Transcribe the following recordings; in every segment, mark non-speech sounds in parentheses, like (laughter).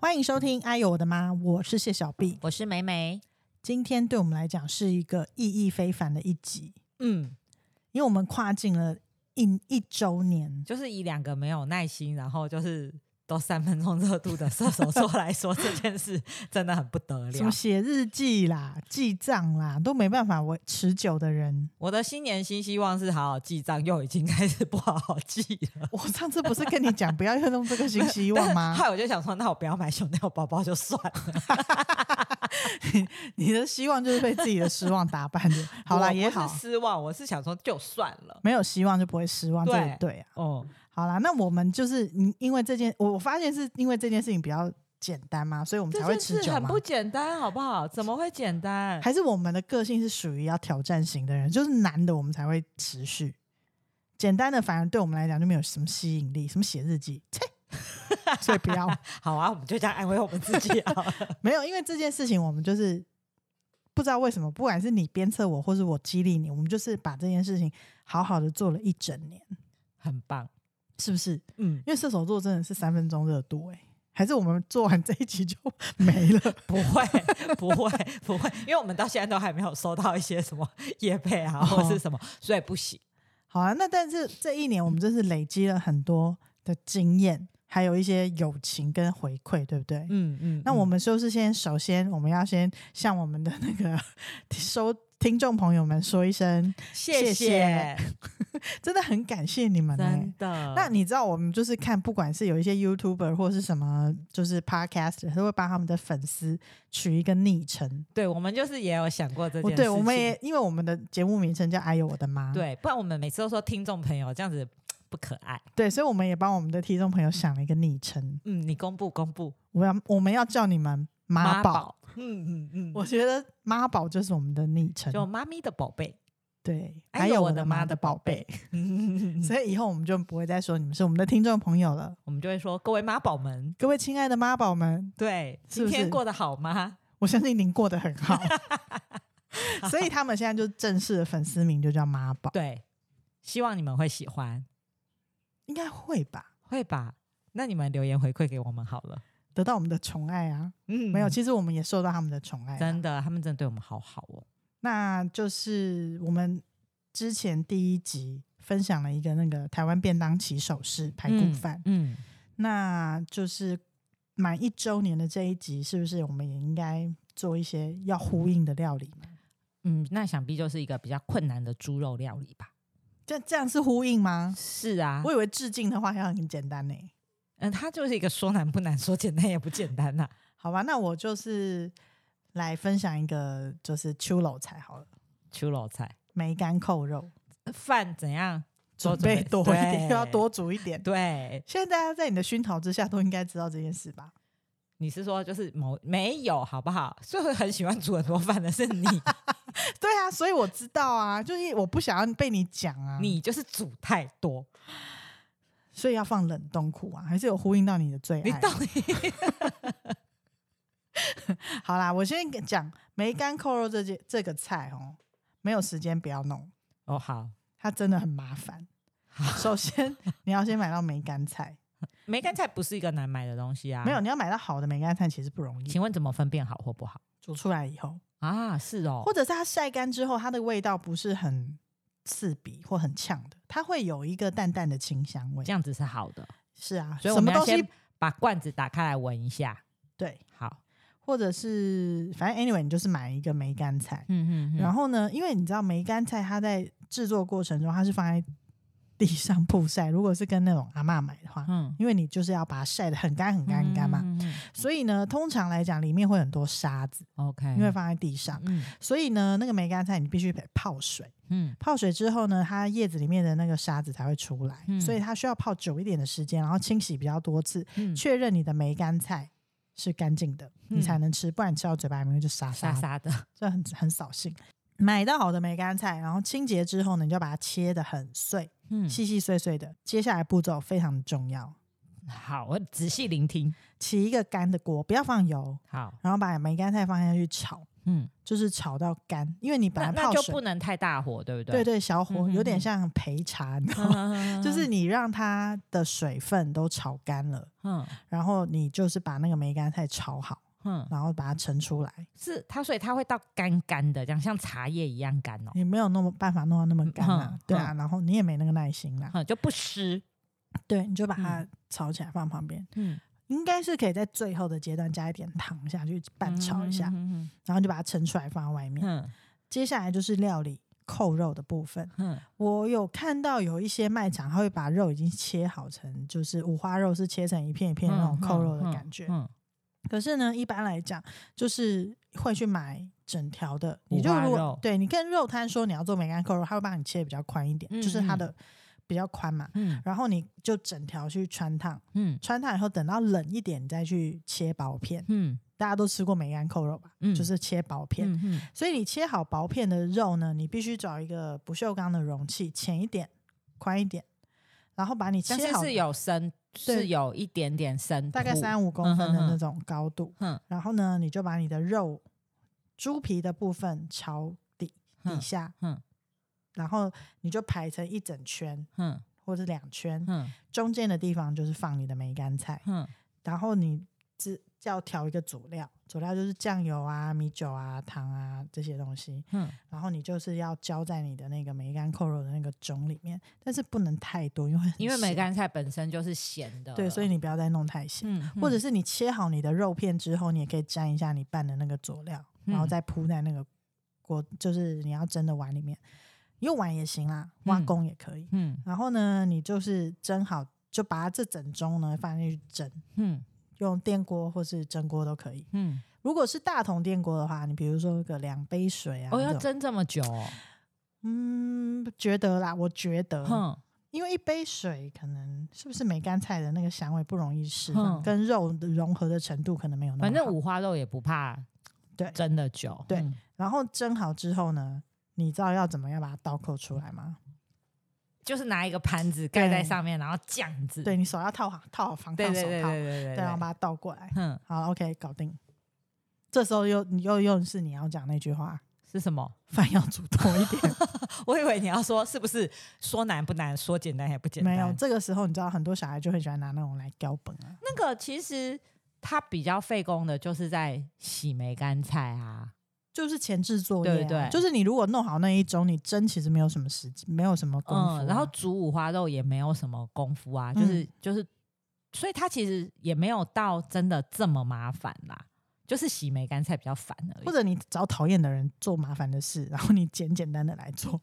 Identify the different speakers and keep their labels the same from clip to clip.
Speaker 1: 欢迎收听《哎呦我的妈》，我是谢小碧。
Speaker 2: 我是梅梅。
Speaker 1: 今天对我们来讲是一个意义非凡的一集，
Speaker 2: 嗯，
Speaker 1: 因为我们跨进了一一周年。
Speaker 2: 就是以两个没有耐心，然后就是都三分钟热度的射手座来说，这件事真的很不得
Speaker 1: 什
Speaker 2: 了
Speaker 1: 么。写日记啦、记账啦，都没办法维持久的人。
Speaker 2: 我的新年新希望是好好记账，又已经开始不好好记了。
Speaker 1: 我上次不是跟你讲不要用这个新希
Speaker 2: (laughs)
Speaker 1: 望吗？
Speaker 2: 后来我就想说，那我不要买熊尿包包就算了。
Speaker 1: 你的希望就是被自己的失望打败的。
Speaker 2: (laughs)
Speaker 1: 好啦，
Speaker 2: 我不
Speaker 1: 也好
Speaker 2: 是，失望，我是想说就算了。
Speaker 1: 没有希望就不会失望，这
Speaker 2: 对
Speaker 1: 也对啊。
Speaker 2: 哦，
Speaker 1: 好啦，那我们就是因因为这件，我我发现是因为这件事情比较简单嘛，所以我们才会
Speaker 2: 这
Speaker 1: 持
Speaker 2: 件
Speaker 1: 久
Speaker 2: 事很
Speaker 1: 嘛。
Speaker 2: 不简单，好不好？怎么会简单？
Speaker 1: 还是我们的个性是属于要挑战型的人，就是难的我们才会持续，简单的反而对我们来讲就没有什么吸引力。什么写日记，切， (laughs) 所以不要
Speaker 2: 好啊，我们就这样安慰我们自己
Speaker 1: (laughs)
Speaker 2: 好了。
Speaker 1: 没有，因为这件事情我们就是不知道为什么，不管是你鞭策我，或是我激励你，我们就是把这件事情好好的做了一整年，
Speaker 2: 很棒，
Speaker 1: 是不是？
Speaker 2: 嗯，
Speaker 1: 因为射手座真的是三分钟热度哎、还是我们做完这一集就没了？
Speaker 2: (laughs) 不会，不会， (laughs) 不会，因为我们到现在都还没有收到一些什么业配
Speaker 1: 哦
Speaker 2: 啊，或是什么，所以不行。
Speaker 1: 好啊，那但是这一年我们真是累积了很多的经验，还有一些友情跟回馈，对不对？
Speaker 2: 嗯嗯
Speaker 1: 那我们就是先，首先我们要先向我们的那个 (laughs) 收听众朋友们说一声，谢
Speaker 2: 谢
Speaker 1: 谢真的很感谢你们、欸
Speaker 2: 真。的。
Speaker 1: 那你知道我们就是看，不管是有一些 YouTuber 或是什么，就是 Podcast，都会帮他们的粉丝取一个昵称。
Speaker 2: 对我们就是也有想过这
Speaker 1: 我
Speaker 2: 件事
Speaker 1: 哦
Speaker 2: 情，
Speaker 1: 对，我们也因为我们的节目名称叫“哎呦我的妈”，
Speaker 2: 对，不然我们每次都说听众朋友这样子不可爱。
Speaker 1: 对，所以我们也帮我们的听众朋友想了一个昵称。
Speaker 2: 嗯，你公布公布
Speaker 1: 我要我们要叫你们妈宝，
Speaker 2: 宝，嗯嗯嗯，
Speaker 1: 我觉得妈宝就是我们的昵称。
Speaker 2: 就妈咪的宝贝。
Speaker 1: 对，
Speaker 2: 哎
Speaker 1: 还
Speaker 2: 呦
Speaker 1: 有
Speaker 2: 我
Speaker 1: 我
Speaker 2: 的
Speaker 1: 的
Speaker 2: 妈
Speaker 1: 妈
Speaker 2: 的
Speaker 1: 的宝
Speaker 2: 宝
Speaker 1: 贝， (laughs)
Speaker 2: 嗯，
Speaker 1: 所以以后我们就不会再说你们是我们的听众朋友了。
Speaker 2: 我们就会说各位妈宝们，
Speaker 1: 各位亲爱的妈宝们，
Speaker 2: 对，
Speaker 1: 是
Speaker 2: 今
Speaker 1: 不
Speaker 2: 天
Speaker 1: 是
Speaker 2: 过得好吗？
Speaker 1: 我相信您过得很
Speaker 2: (laughs)
Speaker 1: 好，所以他们现在就正式的粉丝名就叫妈宝，
Speaker 2: 对，希望你们会喜欢，
Speaker 1: 应该会吧？
Speaker 2: 会吧？那你们留言回馈给我们好了。
Speaker 1: 得到我们的宠爱啊！
Speaker 2: 嗯，
Speaker 1: 没有，其实我们也受到他们的宠爱啊、
Speaker 2: 真的，他们真的对我们好好哦。
Speaker 1: 那就是我们之前第一集分享了一个那个台湾便当起手式排骨饭，
Speaker 2: 嗯，
Speaker 1: 那就是满一周年的这一集，是不是我们也应该做一些要呼应的料理呢？
Speaker 2: 嗯嗯，那想必就是一个比较困难的猪肉料理吧？
Speaker 1: 这这样是呼应吗？
Speaker 2: 是啊
Speaker 1: 我以为致敬的话要很简单呢、
Speaker 2: 嗯，它就是一个说难不难，说简单也不简单呐、
Speaker 1: 好吧，那我就是来分享一个就是秋老菜好了，
Speaker 2: 秋老菜
Speaker 1: 梅干扣肉，
Speaker 2: 饭怎样？多
Speaker 1: 准备多一点，
Speaker 2: 对
Speaker 1: (laughs) 又要多煮一点。
Speaker 2: 对，
Speaker 1: 现在大家在你的熏陶之下都应该知道这件事吧？ (laughs)
Speaker 2: 你是说就是某没有好不好？所以很喜欢煮很多饭的是
Speaker 1: (laughs)
Speaker 2: 你，
Speaker 1: 对啊，所以我知道啊，就是我不想要被你讲啊，
Speaker 2: 你就是煮太多，
Speaker 1: 所以要放冷冻库啊，还是有呼应到你的最
Speaker 2: 你
Speaker 1: 爱
Speaker 2: 到。底
Speaker 1: 好啦，我先讲梅干扣肉这件这个菜哦，没有时间不要弄，
Speaker 2: 哦好，
Speaker 1: 它真的很麻烦。首先，你要先买到梅干菜，
Speaker 2: 梅干菜不是一个难买的东西啊。
Speaker 1: 没有，，你要买到好的梅干菜其实不容易。
Speaker 2: 请问怎么分辨好或不好
Speaker 1: 煮出来以后，
Speaker 2: 啊？是哦
Speaker 1: 或，者是它晒干之后，它的味道不是很刺鼻或很呛的，它会有一个淡淡的清香味
Speaker 2: 这。样子是好的。
Speaker 1: 是啊，
Speaker 2: 所以我
Speaker 1: 什么
Speaker 2: 们要
Speaker 1: 东西
Speaker 2: 先把罐子打开来闻一下。
Speaker 1: 对，
Speaker 2: 好，
Speaker 1: 或者是反正 anyway，你就是买一个梅干菜。
Speaker 2: 嗯
Speaker 1: 然
Speaker 2: 后
Speaker 1: 后呢，因为你知道梅干菜它在制作过程中，它是放在地上曝晒。如果是跟那种阿嬷买的话，
Speaker 2: 嗯，
Speaker 1: 因为你就是要把它晒得很干很干很干嘛，
Speaker 2: 嗯嗯嗯
Speaker 1: 所以呢，通常来讲里面会很多沙子，
Speaker 2: 嗯 OK，
Speaker 1: 因为放在地上。
Speaker 2: 嗯
Speaker 1: 所以呢，那个梅干菜你必须得泡水，
Speaker 2: 嗯
Speaker 1: 泡水之后呢，它叶子里面的那个沙子才会出来，
Speaker 2: 嗯
Speaker 1: 所以它需要泡久一点的时间，然后清洗比较多次，
Speaker 2: 嗯，
Speaker 1: 确认你的梅干菜是干净的，你
Speaker 2: 嗯
Speaker 1: 才能吃，不然你吃到嘴巴里面就沙沙
Speaker 2: 沙
Speaker 1: 的。
Speaker 2: 沙的，
Speaker 1: 这很很扫兴。买到好的梅干菜，然后清洁之后呢，你就把它切得很碎，
Speaker 2: 嗯，
Speaker 1: 细细碎碎的。接下来步骤非常重要，
Speaker 2: 好，我仔细聆听，
Speaker 1: 起一个干的锅，不要放油，
Speaker 2: 好，
Speaker 1: 然后把梅干菜放下去炒，
Speaker 2: 嗯，
Speaker 1: 就是炒到干，因为你把
Speaker 2: 那
Speaker 1: 它
Speaker 2: 那
Speaker 1: 泡
Speaker 2: 就
Speaker 1: 水
Speaker 2: 不，能太大火，对不
Speaker 1: 对
Speaker 2: 对？
Speaker 1: 对，小
Speaker 2: 嗯
Speaker 1: 火
Speaker 2: 哼
Speaker 1: 有点
Speaker 2: 哼
Speaker 1: 像焙茶，你知道吗？
Speaker 2: 对
Speaker 1: 就是你让它的水分都炒干了，
Speaker 2: 嗯
Speaker 1: 然后你就是把那个梅干菜炒好，
Speaker 2: 嗯，
Speaker 1: 然后把它盛出来。
Speaker 2: 是它，所以它会到干干的，这样像茶叶一样干哦，
Speaker 1: 你没有那么办法弄到那么干啊，
Speaker 2: 嗯
Speaker 1: 对啊，然后你也没那个耐心啦，
Speaker 2: 嗯，就不湿。
Speaker 1: 对，你就把它炒起来放旁边，
Speaker 2: 嗯，
Speaker 1: 应该是可以在最后的阶段加一点糖下去拌炒一下，
Speaker 2: 嗯
Speaker 1: 然后就把它盛出来放在外面。
Speaker 2: 嗯
Speaker 1: 接下来就是料理扣肉的部分，
Speaker 2: 嗯
Speaker 1: 我有看到有一些卖场它会把肉已经切好成，就是五花肉是切成一片一片的那种扣肉的感觉，
Speaker 2: 嗯，
Speaker 1: 可是呢，一般来讲就是会去买整条的。
Speaker 2: 五
Speaker 1: 你就
Speaker 2: 花
Speaker 1: 如果
Speaker 2: 肉
Speaker 1: 对你跟肉摊说你要做梅干扣肉，他会帮你切得比较宽一点，就是它
Speaker 2: 嗯嗯
Speaker 1: 的比较宽嘛。
Speaker 2: 嗯
Speaker 1: 然后你就整条去穿烫，
Speaker 2: 嗯
Speaker 1: 穿烫以后等到冷一点，你再去切薄片。
Speaker 2: 嗯
Speaker 1: 大家都吃过梅干扣肉吧？
Speaker 2: 嗯
Speaker 1: 就是切薄片。
Speaker 2: 嗯
Speaker 1: 所以你切好薄片的肉呢，你必须找一个不锈钢的容器，浅一点、宽一点，然后把你
Speaker 2: 但
Speaker 1: 切
Speaker 2: 是
Speaker 1: 好
Speaker 2: 是有深，是有一点点深，
Speaker 1: 大概三五公分
Speaker 2: 嗯
Speaker 1: 的
Speaker 2: 哼哼
Speaker 1: 那种高度，
Speaker 2: 嗯
Speaker 1: 然后呢，你就把你的肉猪皮的部分朝底底
Speaker 2: 嗯
Speaker 1: 下，
Speaker 2: 嗯
Speaker 1: 然后你就排成一整圈
Speaker 2: 嗯
Speaker 1: 或者两圈，
Speaker 2: 嗯
Speaker 1: 中间的地方就是放你的梅干菜，
Speaker 2: 嗯
Speaker 1: 然后你只要调一个佐料，佐料就是酱油啊、米酒啊、糖啊这些东西，
Speaker 2: 嗯
Speaker 1: 然后你就是要浇在你的那个梅干扣肉的那个盅里面，但是不能太多，因为很
Speaker 2: 因为梅
Speaker 1: 咸
Speaker 2: 干菜本身就是咸的，
Speaker 1: 对，所以你不要再弄太咸。
Speaker 2: 嗯，
Speaker 1: 或者是你切好你的肉片之后，你也可以沾一下你拌的那个佐料，然后
Speaker 2: 嗯
Speaker 1: 再铺在那个锅，就是你要蒸的碗里面，用碗也行啦，挖
Speaker 2: 嗯
Speaker 1: 工也可以。
Speaker 2: 嗯
Speaker 1: 然后呢，你就是蒸好，就把它这整盅呢放进去蒸，
Speaker 2: 嗯
Speaker 1: 用电锅或是蒸锅都可以。
Speaker 2: 嗯，
Speaker 1: 如果是大桶电锅的话，你比如说个两杯水啊，
Speaker 2: 哦，
Speaker 1: 这
Speaker 2: 要
Speaker 1: 种
Speaker 2: 蒸这么久哦，
Speaker 1: 嗯，觉得啦，我觉得，
Speaker 2: 哼，
Speaker 1: 因为一杯水可能是不是梅干菜的那个香味不容易释放，
Speaker 2: 嗯
Speaker 1: 跟肉的融合的程度可能没有那么好。
Speaker 2: 反正五花肉也不怕
Speaker 1: 对
Speaker 2: 蒸的久，
Speaker 1: 对
Speaker 2: 嗯
Speaker 1: 然后蒸好之后呢，你知道要怎么样把它倒扣出来吗？
Speaker 2: 就是拿一个盘子盖在
Speaker 1: 对
Speaker 2: 上面，然后这样子，
Speaker 1: 对你手要套好，套好防烫
Speaker 2: 对
Speaker 1: 手套，
Speaker 2: 对对对对对，啊
Speaker 1: 然后把它倒过来。
Speaker 2: 嗯，
Speaker 1: 好，OK，搞定。这时候又你又又是你要讲那句话， (laughs)
Speaker 2: 是什么？ (laughs)
Speaker 1: 饭要煮多一点。
Speaker 2: 我以为你要说是不是说难不难，说简单也不简单。
Speaker 1: 没有，这个时候你知道很多小孩就很喜欢拿那种来标本啊。
Speaker 2: 那个其实它比较费工的，就是在洗梅干菜啊。
Speaker 1: 就是前置作业、啊，
Speaker 2: 对对
Speaker 1: 就是你如果弄好那一盅，你蒸其实没有什么时间，没有什么功夫啊、
Speaker 2: 嗯，然后煮五花肉也没有什么功夫啊，就是、就是，所以它其实也没有到真的这么麻烦啦，就是洗梅干菜比较烦而已。
Speaker 1: 或者你找讨厌的人做麻烦的事，然后你简简单的来
Speaker 2: (laughs)
Speaker 1: 做。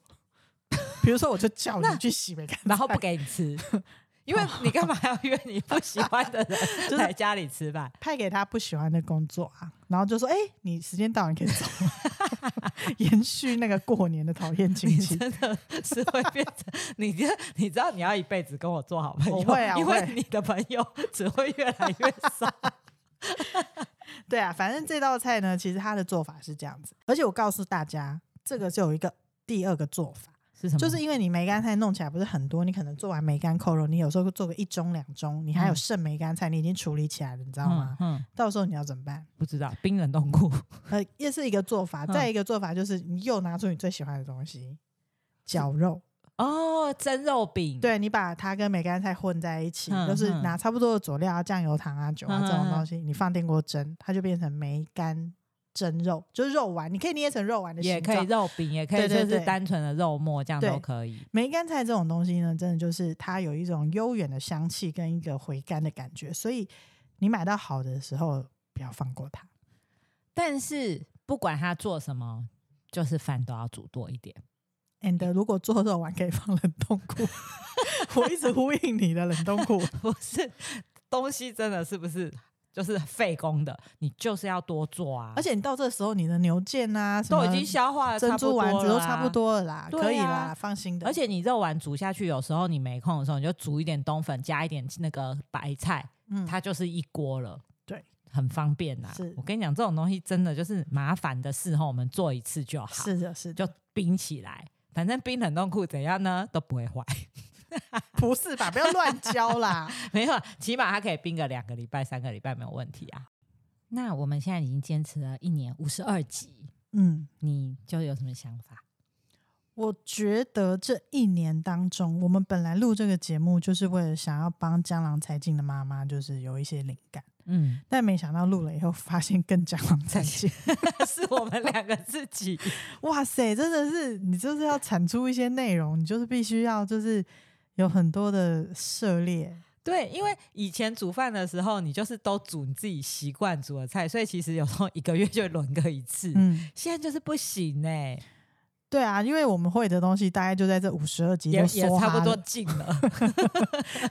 Speaker 1: 比如说，我就叫你
Speaker 2: 那
Speaker 1: 去洗梅干菜，
Speaker 2: (laughs) 然后不给你吃， (laughs) 哦因为你干嘛要约你不喜欢的 (laughs)
Speaker 1: 就是
Speaker 2: 人来家里吃 (laughs) 饭？
Speaker 1: 派给他不喜欢的工作啊，然后就说：“哎、你时间到，你可以走 (laughs) 了。”延续那个过年的讨厌亲
Speaker 2: 你 (laughs)
Speaker 1: 戚，
Speaker 2: 真的是会变成你这，你知道你要一辈子跟我做好朋友，
Speaker 1: 我会啊
Speaker 2: 因
Speaker 1: 我
Speaker 2: 为
Speaker 1: 会
Speaker 2: 你的朋友 (laughs) 只会越来越少。
Speaker 1: 对啊，反正这道菜呢，其实它的做法是这样子。而且我告诉大家，这个是有一个第二个做法，
Speaker 2: (laughs) 是什么？
Speaker 1: 就是因为你梅干菜弄起来不是很多，你可能做完梅干扣肉，你有时候做个一盅两盅，你还有
Speaker 2: 嗯
Speaker 1: 剩梅干菜，你已经处理起来了，你知道
Speaker 2: 嗯
Speaker 1: 吗？
Speaker 2: 嗯，
Speaker 1: 到时候你要怎么办？
Speaker 2: 不知道冰冷冻库
Speaker 1: 呃，也是一个做法。
Speaker 2: 嗯
Speaker 1: 再一个做法就是，你又拿出你最喜欢的东西，绞肉。
Speaker 2: 哦，蒸肉饼，，
Speaker 1: 对你把它跟梅干菜混在一起，
Speaker 2: 嗯
Speaker 1: 就是
Speaker 2: 嗯
Speaker 1: 拿差不多的佐料啊、酱油、糖啊、酒啊
Speaker 2: 嗯
Speaker 1: 这种
Speaker 2: 嗯嗯
Speaker 1: 东西，你放电锅蒸，它就变成梅干蒸肉，就是肉丸，你可以捏成肉丸的
Speaker 2: 也
Speaker 1: 形
Speaker 2: 可以
Speaker 1: 状。
Speaker 2: 肉饼，也可
Speaker 1: 对
Speaker 2: 以
Speaker 1: 对
Speaker 2: 就是
Speaker 1: 对
Speaker 2: 单纯的肉末，这样
Speaker 1: 对
Speaker 2: 都可以。
Speaker 1: 梅干菜这种东西呢，真的就是它有一种悠远的香气跟一个回甘的感觉，所以你买到好的时候不要放过它。
Speaker 2: 但是不管他做什么，就是饭都要煮多一点。 (laughs)
Speaker 1: and 如果做肉丸可以放冷冻 (laughs) 库，我一直呼应你的冷冻 (laughs) 库。
Speaker 2: 不是东西真的是不是就是费工的，你就是要多做啊，
Speaker 1: 而且你到这时候，你的牛腱啊，什
Speaker 2: 都
Speaker 1: 么
Speaker 2: 已经消化了，
Speaker 1: 珍珠丸子都差不。多了啦，
Speaker 2: 对啊
Speaker 1: 可以啦，放心的。
Speaker 2: 而且你肉丸煮下去，有时候你没空的时候，你就煮一点冬粉，加一点那个白菜，
Speaker 1: 嗯，
Speaker 2: 它就是一锅了。
Speaker 1: 对，
Speaker 2: 很方便呐、
Speaker 1: 是
Speaker 2: 我跟你讲，这种东西真的就是麻烦的事后我们做一次就好，
Speaker 1: 是的，是的，
Speaker 2: 就冰起来。反正冰冷冻库怎样呢都不会坏， (laughs)
Speaker 1: 不是吧？不要乱教啦。
Speaker 2: 没有，起码它可以冰个两个礼拜、三个礼拜没有问题啊。那我们现在已经坚持了一年五十二集，
Speaker 1: (laughs) 嗯，
Speaker 2: 你就有什么想法？
Speaker 1: 我觉得这一年当中，我们本来录这个节目就是为了想要帮江郎才尽的妈妈，就是有一些灵感，
Speaker 2: (laughs) 嗯，
Speaker 1: 但没想到录了以后，发现更江郎才
Speaker 2: (laughs)
Speaker 1: 尽。
Speaker 2: 是我们两个自己，
Speaker 1: 哇塞，真的是你就是要产出一些内容，你就是必须要就是有很多的涉猎。
Speaker 2: 对，因为以前煮饭的时候，你就是都煮你自己习惯煮的菜，所以其实有时候一个月就会轮个一次。
Speaker 1: 嗯，
Speaker 2: 现在就是不行哎、
Speaker 1: 对啊，因为我们会的东西大概就在这五十二集
Speaker 2: 也
Speaker 1: 都
Speaker 2: 也
Speaker 1: 梭
Speaker 2: 差
Speaker 1: 哈
Speaker 2: 不多
Speaker 1: 了，
Speaker 2: 尽了。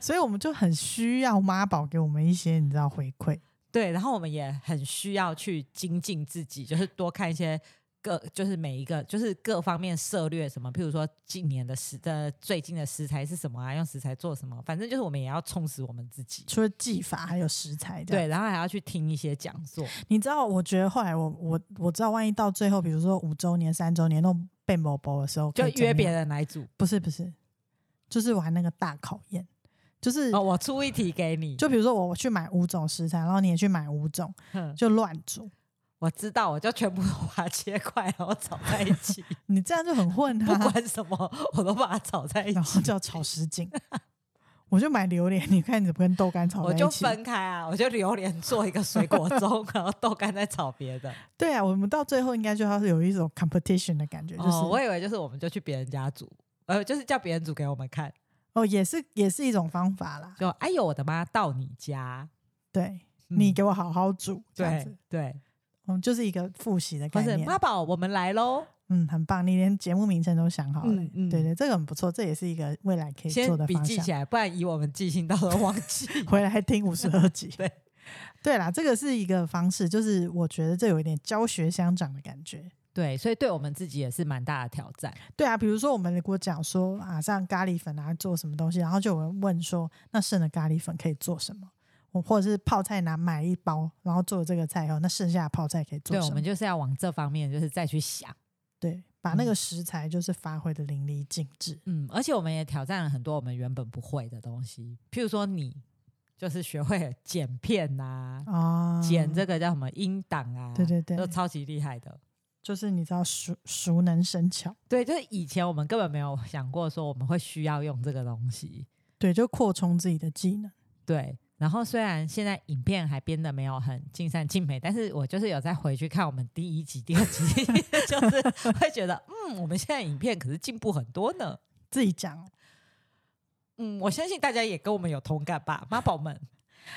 Speaker 1: 所以我们就很需要妈宝给我们一些你知道回馈。
Speaker 2: 对，然后我们也很需要去精进自己，就是多看一些各，就是每一个，就是各方面涉略什么，譬如说近年的食的最近的食材是什么啊，用食材做什么，反正就是我们也要充实我们自己。
Speaker 1: 除了技法，还有食材。
Speaker 2: 对，，然后还要去听一些讲
Speaker 1: (laughs)
Speaker 2: 座。
Speaker 1: 你知道，我觉得后来我我我知道，万一到最后，比如说五周年、三周年弄被某博的时候，
Speaker 2: 就
Speaker 1: 可以
Speaker 2: 约
Speaker 1: 怎么
Speaker 2: 别
Speaker 1: 样，
Speaker 2: 人来煮。
Speaker 1: 不是不是，就是玩那个大考验，就是、
Speaker 2: 哦，我出一题给你。
Speaker 1: 就比如说我我去买五种食材，然后你也去买五种，
Speaker 2: 哼
Speaker 1: 就乱煮，
Speaker 2: 我知道，我就全部 (laughs) 都把它切块，然后炒在一
Speaker 1: (laughs)
Speaker 2: 起，
Speaker 1: 你这样就很混
Speaker 2: 不
Speaker 1: 啊。
Speaker 2: 管什么我都把它炒在一
Speaker 1: 然后
Speaker 2: 起。
Speaker 1: 叫炒什锦， (laughs) 我就买榴莲，你看你怎么跟豆干炒
Speaker 2: 我
Speaker 1: 在一
Speaker 2: 就
Speaker 1: 起？
Speaker 2: 分开啊，我就榴莲做一个水果 (laughs) 盅，然后豆干再炒别的。
Speaker 1: 对啊，我们到最后应该就要有一种 competition 的感觉，就是
Speaker 2: 哦，我以为就是我们就去别人家煮，呃，就是叫别人煮给我们看，
Speaker 1: 哦也是也是一种方法啦。
Speaker 2: 就哎呦我的妈，到你家，
Speaker 1: 对
Speaker 2: 嗯
Speaker 1: 你给我好好煮，这样
Speaker 2: 对
Speaker 1: 子，
Speaker 2: 对，
Speaker 1: 嗯，就是一个复习的
Speaker 2: 或
Speaker 1: 概
Speaker 2: 是
Speaker 1: 念。
Speaker 2: 妈宝，我们来喽，
Speaker 1: 嗯，很棒，你连节目名称都想好了。
Speaker 2: 嗯嗯
Speaker 1: 对对，这个很不错，这也是一个未来可以做
Speaker 2: 先
Speaker 1: 的
Speaker 2: 笔
Speaker 1: 方
Speaker 2: 记起
Speaker 1: 向。
Speaker 2: 来，不然以我们记性到时候 (laughs) 忘记。
Speaker 1: 回来听五十二集。
Speaker 2: (laughs) 对
Speaker 1: 对啦，这个是一个方式，就是我觉得这有一点教学相长的感觉。
Speaker 2: 对，所以对我们自己也是蛮大的挑战。
Speaker 1: 对啊，比如说我们如果讲说啊，像咖喱粉啊，做什么东西，然后就有人问说，那剩的咖喱粉可以做什么？我或者是泡菜拿买一包，然后做这个菜以后，那剩下的泡菜可以做
Speaker 2: 对，
Speaker 1: 什
Speaker 2: 我
Speaker 1: 么
Speaker 2: 们？就是要往这方面，就是再去想。
Speaker 1: 对，把那个
Speaker 2: 嗯
Speaker 1: 食材就是发挥的淋漓尽致。
Speaker 2: 嗯，而且我们也挑战了很多我们原本不会的东西，譬如说你就是学会了剪片呐、
Speaker 1: 啊，
Speaker 2: 剪这个叫什么音档啊，
Speaker 1: 对对对
Speaker 2: 都超级厉害的。
Speaker 1: 就是你知道熟熟能生巧，
Speaker 2: 对，就是以前我们根本没有想过说我们会需要用这个东西。
Speaker 1: 对，就扩充自己的技能。
Speaker 2: 对，然后虽然现在影片还编的没有很尽善尽美，但是我就是有再回去看我们第一集、第二集， (laughs) 就是会觉得，嗯，我们现在影片可是进步很多呢。
Speaker 1: 自己讲哦
Speaker 2: 嗯，我相信大家也跟我们有同感吧，妈宝们。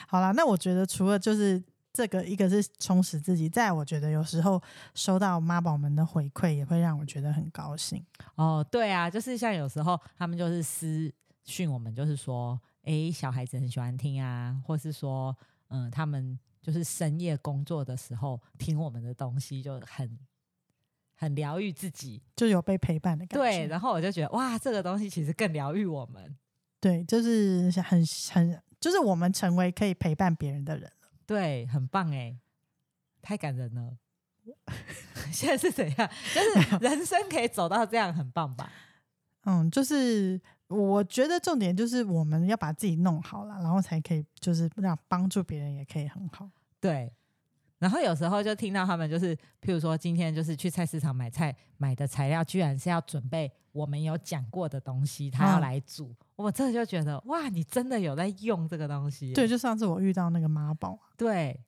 Speaker 1: 好啦，那我觉得除了就是这个，一个是充实自己，再来我觉得有时候收到妈宝们的回馈，也会让我觉得很高兴。
Speaker 2: 哦，对啊，就是像有时候他们就是私讯我们，就是说，诶，小孩子很喜欢听啊，或是说，嗯，他们就是深夜工作的时候听我们的东西，就很很疗愈自己。
Speaker 1: 就有被陪伴的感
Speaker 2: 对，
Speaker 1: 觉，
Speaker 2: 然后我就觉得，哇，这个东西其实更疗愈我们。
Speaker 1: 对，就是很很，就是我们成为可以陪伴别人的人。
Speaker 2: 对，很棒哎，太感人了。 (laughs) 现在是怎样？就是人生可以走到这样，很棒吧？
Speaker 1: 嗯，就是我觉得重点就是我们要把自己弄好了，然后才可以就是让帮助别人也可以很好。
Speaker 2: 对。然后有时候就听到他们就是，譬如说今天就是去菜市场买菜，买的材料居然是要准备我们有讲过的东西，他要
Speaker 1: 嗯
Speaker 2: 来煮。我这就觉得哇，你真的有在用这个东西耶。
Speaker 1: 对，就上次我遇到那个妈宝，
Speaker 2: 对。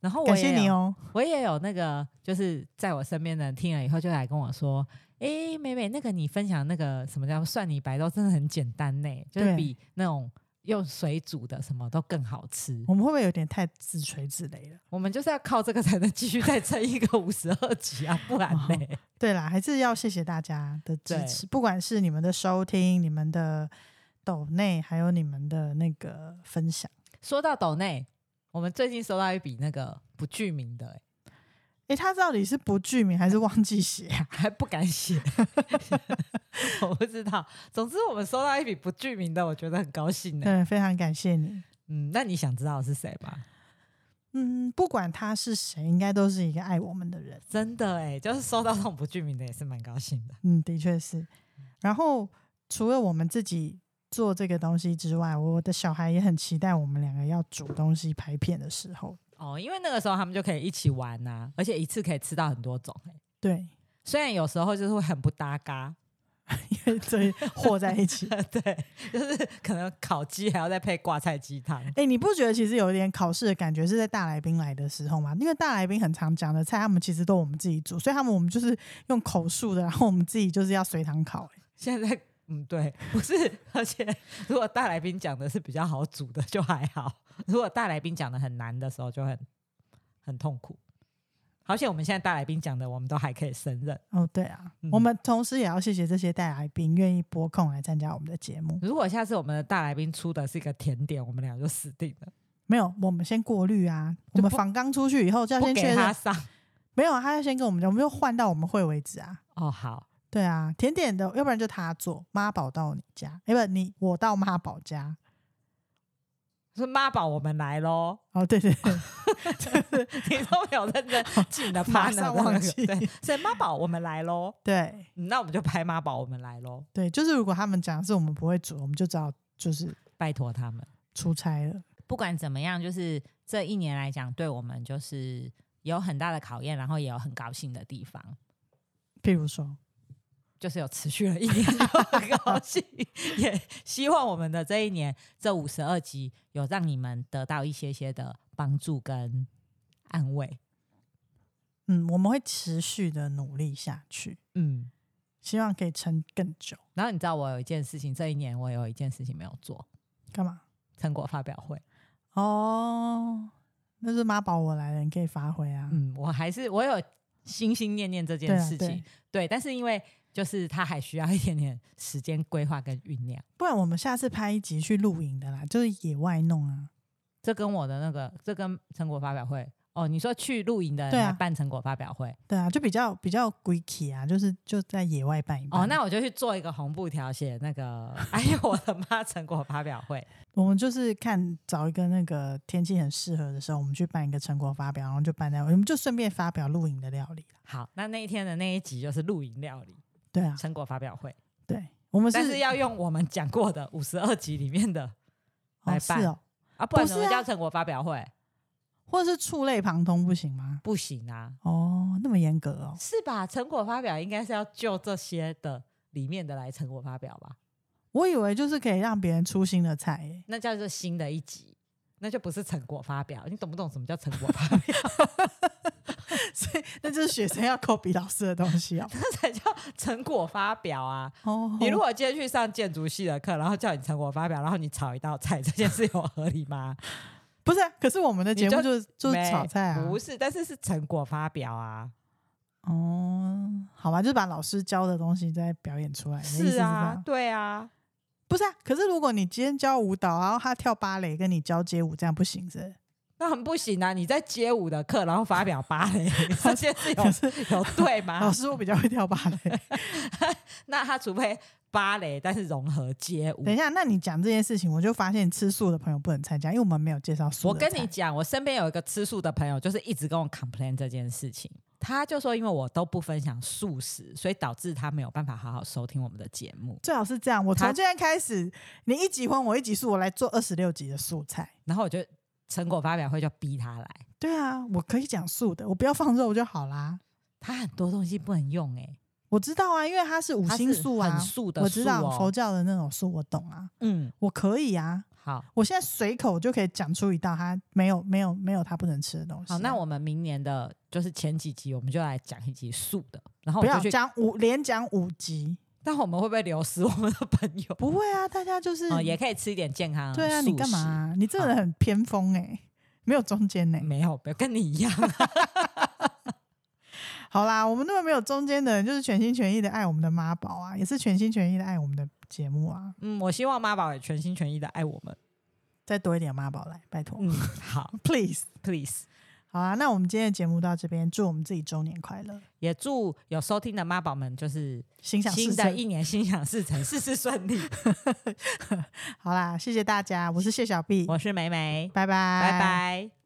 Speaker 2: 然后我
Speaker 1: 感
Speaker 2: 也
Speaker 1: 谢你
Speaker 2: 有，
Speaker 1: 哦。
Speaker 2: 我也有那个，就是在我身边的人听了以后就来跟我说：“诶，妹妹，那个你分享那个什么叫蒜泥白肉，真的很简单呢，就是
Speaker 1: 对
Speaker 2: 比那种用水煮的什么都更好吃。”
Speaker 1: 我们会不会有点太自吹自擂了？
Speaker 2: 我们就是要靠这个才能继续再撑一个五十二集啊，不然呢？
Speaker 1: 对啦，还是要谢谢大家的支
Speaker 2: 对
Speaker 1: 持，不管是你们的收听、你们的抖内，还有你们的那个分享。
Speaker 2: (laughs) 说到抖内，我们最近收到一笔那个不具名的、欸，
Speaker 1: 诶，他到底是不具名还是忘记写
Speaker 2: (laughs)
Speaker 1: 啊？
Speaker 2: 还不敢写，我不知道。总之，我们收到一笔不具名的，我觉得很高兴呢、
Speaker 1: 对，非常感谢你。
Speaker 2: 嗯，那你想知道是谁吗？
Speaker 1: 嗯，不管他是谁，应该都是一个爱我们的人。
Speaker 2: 真的哎、就是收到这种不具名的也是蛮高兴的。
Speaker 1: 嗯，的确是。然后除了我们自己做这个东西之外，我的小孩也很期待我们两个要煮东西拍片的时候。
Speaker 2: 啊哦，因为那个时候他们就可以一起玩呐、而且一次可以吃到很多种、欸。
Speaker 1: 对，
Speaker 2: 虽然有时候就是会很不搭嘎， (laughs)
Speaker 1: 因为这和在一起。
Speaker 2: 对，就是可能烤鸡还要再配挂菜鸡汤。
Speaker 1: 哎、你不觉得其实有一点考试的感觉是在大来宾来的时候吗？因为大来宾很常讲的菜，他们其实都我们自己煮，所以他们我们就是用口述的，然后我们自己就是要随堂考、欸
Speaker 2: 现在嗯，对，不是，而且如果大来宾讲的是比较好煮的，就还好；如果大来宾讲的很难的时候，就很很痛苦。好险，我们现在大来宾讲的，我们都还可以胜任。
Speaker 1: 哦，对啊，
Speaker 2: 嗯
Speaker 1: 我们同时也要谢谢这些大来宾愿意拨空来参加我们的节目。
Speaker 2: 如果下次我们的大来宾出的是一个甜点，我们俩就死定了，
Speaker 1: 没有，我们先过滤啊。
Speaker 2: 就
Speaker 1: 我们
Speaker 2: 不
Speaker 1: 访刚出去以后，就要
Speaker 2: 不
Speaker 1: 先确
Speaker 2: 给他
Speaker 1: 认
Speaker 2: 上。
Speaker 1: 没有啊，他要先跟我们讲，我们就换到我们会为止啊。
Speaker 2: 哦，好，
Speaker 1: 对啊，甜点的，要不然就他做，妈宝到你家，哎、不，你我到妈宝家。
Speaker 2: 是妈宝，我们来喽。
Speaker 1: 哦，对对对，
Speaker 2: (laughs) 你都没有认真进的
Speaker 1: 哦 (laughs) 马
Speaker 2: partner
Speaker 1: 上
Speaker 2: 的那
Speaker 1: 忘
Speaker 2: 个
Speaker 1: 记
Speaker 2: 对，所以妈宝我们来喽，
Speaker 1: 对
Speaker 2: 嗯那我们就拍妈宝我们来喽，
Speaker 1: 对，就是如果他们讲的是我们不会煮，我们就知道就是
Speaker 2: 拜托他们。
Speaker 1: 出差了。
Speaker 2: 不管怎么样，就是这一年来讲，对我们就是有很大的考验，然后也有很高兴的地方，
Speaker 1: 譬如说，
Speaker 2: 就是有持续了一年 (laughs) 就很高兴，也希望我们的这一年这五十二集有让你们得到一些些的帮助跟安慰。
Speaker 1: 嗯，我们会持续的努力下去，
Speaker 2: 嗯，
Speaker 1: 希望可以撑更久。
Speaker 2: 然后你知道我有一件事情，这一年我有一件事情没有做，
Speaker 1: 干嘛？
Speaker 2: 成果发表会。
Speaker 1: 哦，那是妈宝我来了，你可以发挥啊。
Speaker 2: 嗯，我还是我有心心念念这
Speaker 1: 对
Speaker 2: 件
Speaker 1: 啊
Speaker 2: 事情，
Speaker 1: 对
Speaker 2: 对，但是因为就是它还需要一点点时间规划跟酝酿。
Speaker 1: 不然我们下次拍一集去露营的啦，就是野外弄啊。
Speaker 2: 这跟我的那个，这跟成果发表会哦，你说去露营的人
Speaker 1: 对啊
Speaker 2: 来办成果发表会、
Speaker 1: 对啊，就比较比较 geeky 啊，就是就在野外办一办。
Speaker 2: 哦，那我就去做一个红布条，写那个， (laughs) 哎呦我的妈，成果发表会，
Speaker 1: 我们就是看找一个那个天气很适合的时候，我们去办一个成果发表，然后就办在我们就顺便发表露营的料理啦。
Speaker 2: 好，那那一天的那一集就是露营料理
Speaker 1: 对啊，
Speaker 2: 成果发表会，
Speaker 1: 对，我们
Speaker 2: 但是要用我们讲过的五十二集里面的来
Speaker 1: 哦
Speaker 2: 办
Speaker 1: 是哦，
Speaker 2: 啊，不然
Speaker 1: 不是
Speaker 2: 怎么叫
Speaker 1: 啊
Speaker 2: 成果发表会？
Speaker 1: 或者是触类旁通不行吗？
Speaker 2: 不行啊，
Speaker 1: 哦，那么严格哦。
Speaker 2: 是吧？成果发表应该是要就这些的里面的来成果发表吧？
Speaker 1: 我以为就是可以让别人出新的菜、欸，
Speaker 2: 那叫做新的一集，那就不是成果发表，你懂不懂什么叫成果发表？
Speaker 1: 所以 (laughs) 那就是学生要 copy 老师的东西
Speaker 2: (laughs)
Speaker 1: 哦。
Speaker 2: 这才叫成果发表啊！
Speaker 1: 哦，
Speaker 2: 你如果今天去上建筑系的课，然后叫你成果发表，然后你炒一道菜，这件事有合理吗？
Speaker 1: 不是啊、可是我们的节目
Speaker 2: 你
Speaker 1: 就是 (laughs) 就是
Speaker 2: 没
Speaker 1: 炒菜啊。
Speaker 2: 不是，但是是成果发表啊，
Speaker 1: 哦，好吧，就是把老师教的东西再表演出来。你的意思
Speaker 2: 是
Speaker 1: 这
Speaker 2: 啊
Speaker 1: 样，
Speaker 2: 对啊，
Speaker 1: 不是啊？可是如果你今天教舞蹈，然后他跳芭蕾，跟你教街舞，这样不行是不是？
Speaker 2: 那很不行啊！你在街舞的课，然后发表芭
Speaker 1: (laughs)
Speaker 2: 蕾，这件事有
Speaker 1: 可是
Speaker 2: 有对
Speaker 1: 老
Speaker 2: 吗？
Speaker 1: 师，我比较会跳芭
Speaker 2: (laughs)
Speaker 1: 蕾。
Speaker 2: 那他除非芭蕾，但是融合街舞
Speaker 1: 等。一下，那你讲这件事情，我就发现吃素的朋友不能参加，因为我们没有介绍素
Speaker 2: 我
Speaker 1: 的菜。
Speaker 2: 跟你讲，我身边有一个吃素的朋友，就是一直跟我 complain 这件事情。他就说，因为我都不分享素食，所以导致他没有办法好好收听我们的节目。
Speaker 1: 最好是这样，我从
Speaker 2: 他
Speaker 1: 现在开始，你一集荤，我一集素，我来做二十六集的素菜。
Speaker 2: 然后我就成果发表会就逼他来，
Speaker 1: 对啊，我可以讲素的，我不要放肉就好啦。
Speaker 2: 他很多东西不能用哎、
Speaker 1: 我知道啊，因为它是五
Speaker 2: 他
Speaker 1: 星
Speaker 2: 是
Speaker 1: 素啊
Speaker 2: 很，素的素、哦，
Speaker 1: 我知道佛教的那种素，我懂啊，
Speaker 2: 嗯，
Speaker 1: 我可以啊。
Speaker 2: 好
Speaker 1: 我现在随口就可以讲出一道他没有没有没有他不能吃的东西啊、
Speaker 2: 好，那我们明年的就是前几集，我们就来讲一集素的，然后
Speaker 1: 不
Speaker 2: 我
Speaker 1: 要
Speaker 2: 们就去，
Speaker 1: 讲五连讲五集，
Speaker 2: 但我们会不会流失我们的朋友？
Speaker 1: 不会啊，大家就是、
Speaker 2: 哦，也可以吃一点健康的素食。嗯
Speaker 1: 对啊，你干嘛啊、你这个人很偏锋哎、没有中间欸呢、
Speaker 2: 没有，没有，跟你一样。
Speaker 1: 好啦，我们那么没有中间的人，就是全心全意的爱我们的妈宝啊，也是全心全意的爱我们的节目啊。
Speaker 2: 嗯，我希望妈宝也全心全意的爱我们。
Speaker 1: 再多一点妈宝来，拜托、
Speaker 2: 嗯，好
Speaker 1: p l e a s e
Speaker 2: ，please，
Speaker 1: 好啊，那我们今天的节目到这边，祝我们自己周年快乐，
Speaker 2: 也祝有收听的妈宝们，就是
Speaker 1: 心想事
Speaker 2: 新的
Speaker 1: 成。
Speaker 2: 一年心想事成，事事顺
Speaker 1: (laughs)
Speaker 2: 利。
Speaker 1: 好啦，谢谢大家，我是谢小 B，
Speaker 2: 我是梅梅，
Speaker 1: 拜拜，
Speaker 2: 拜拜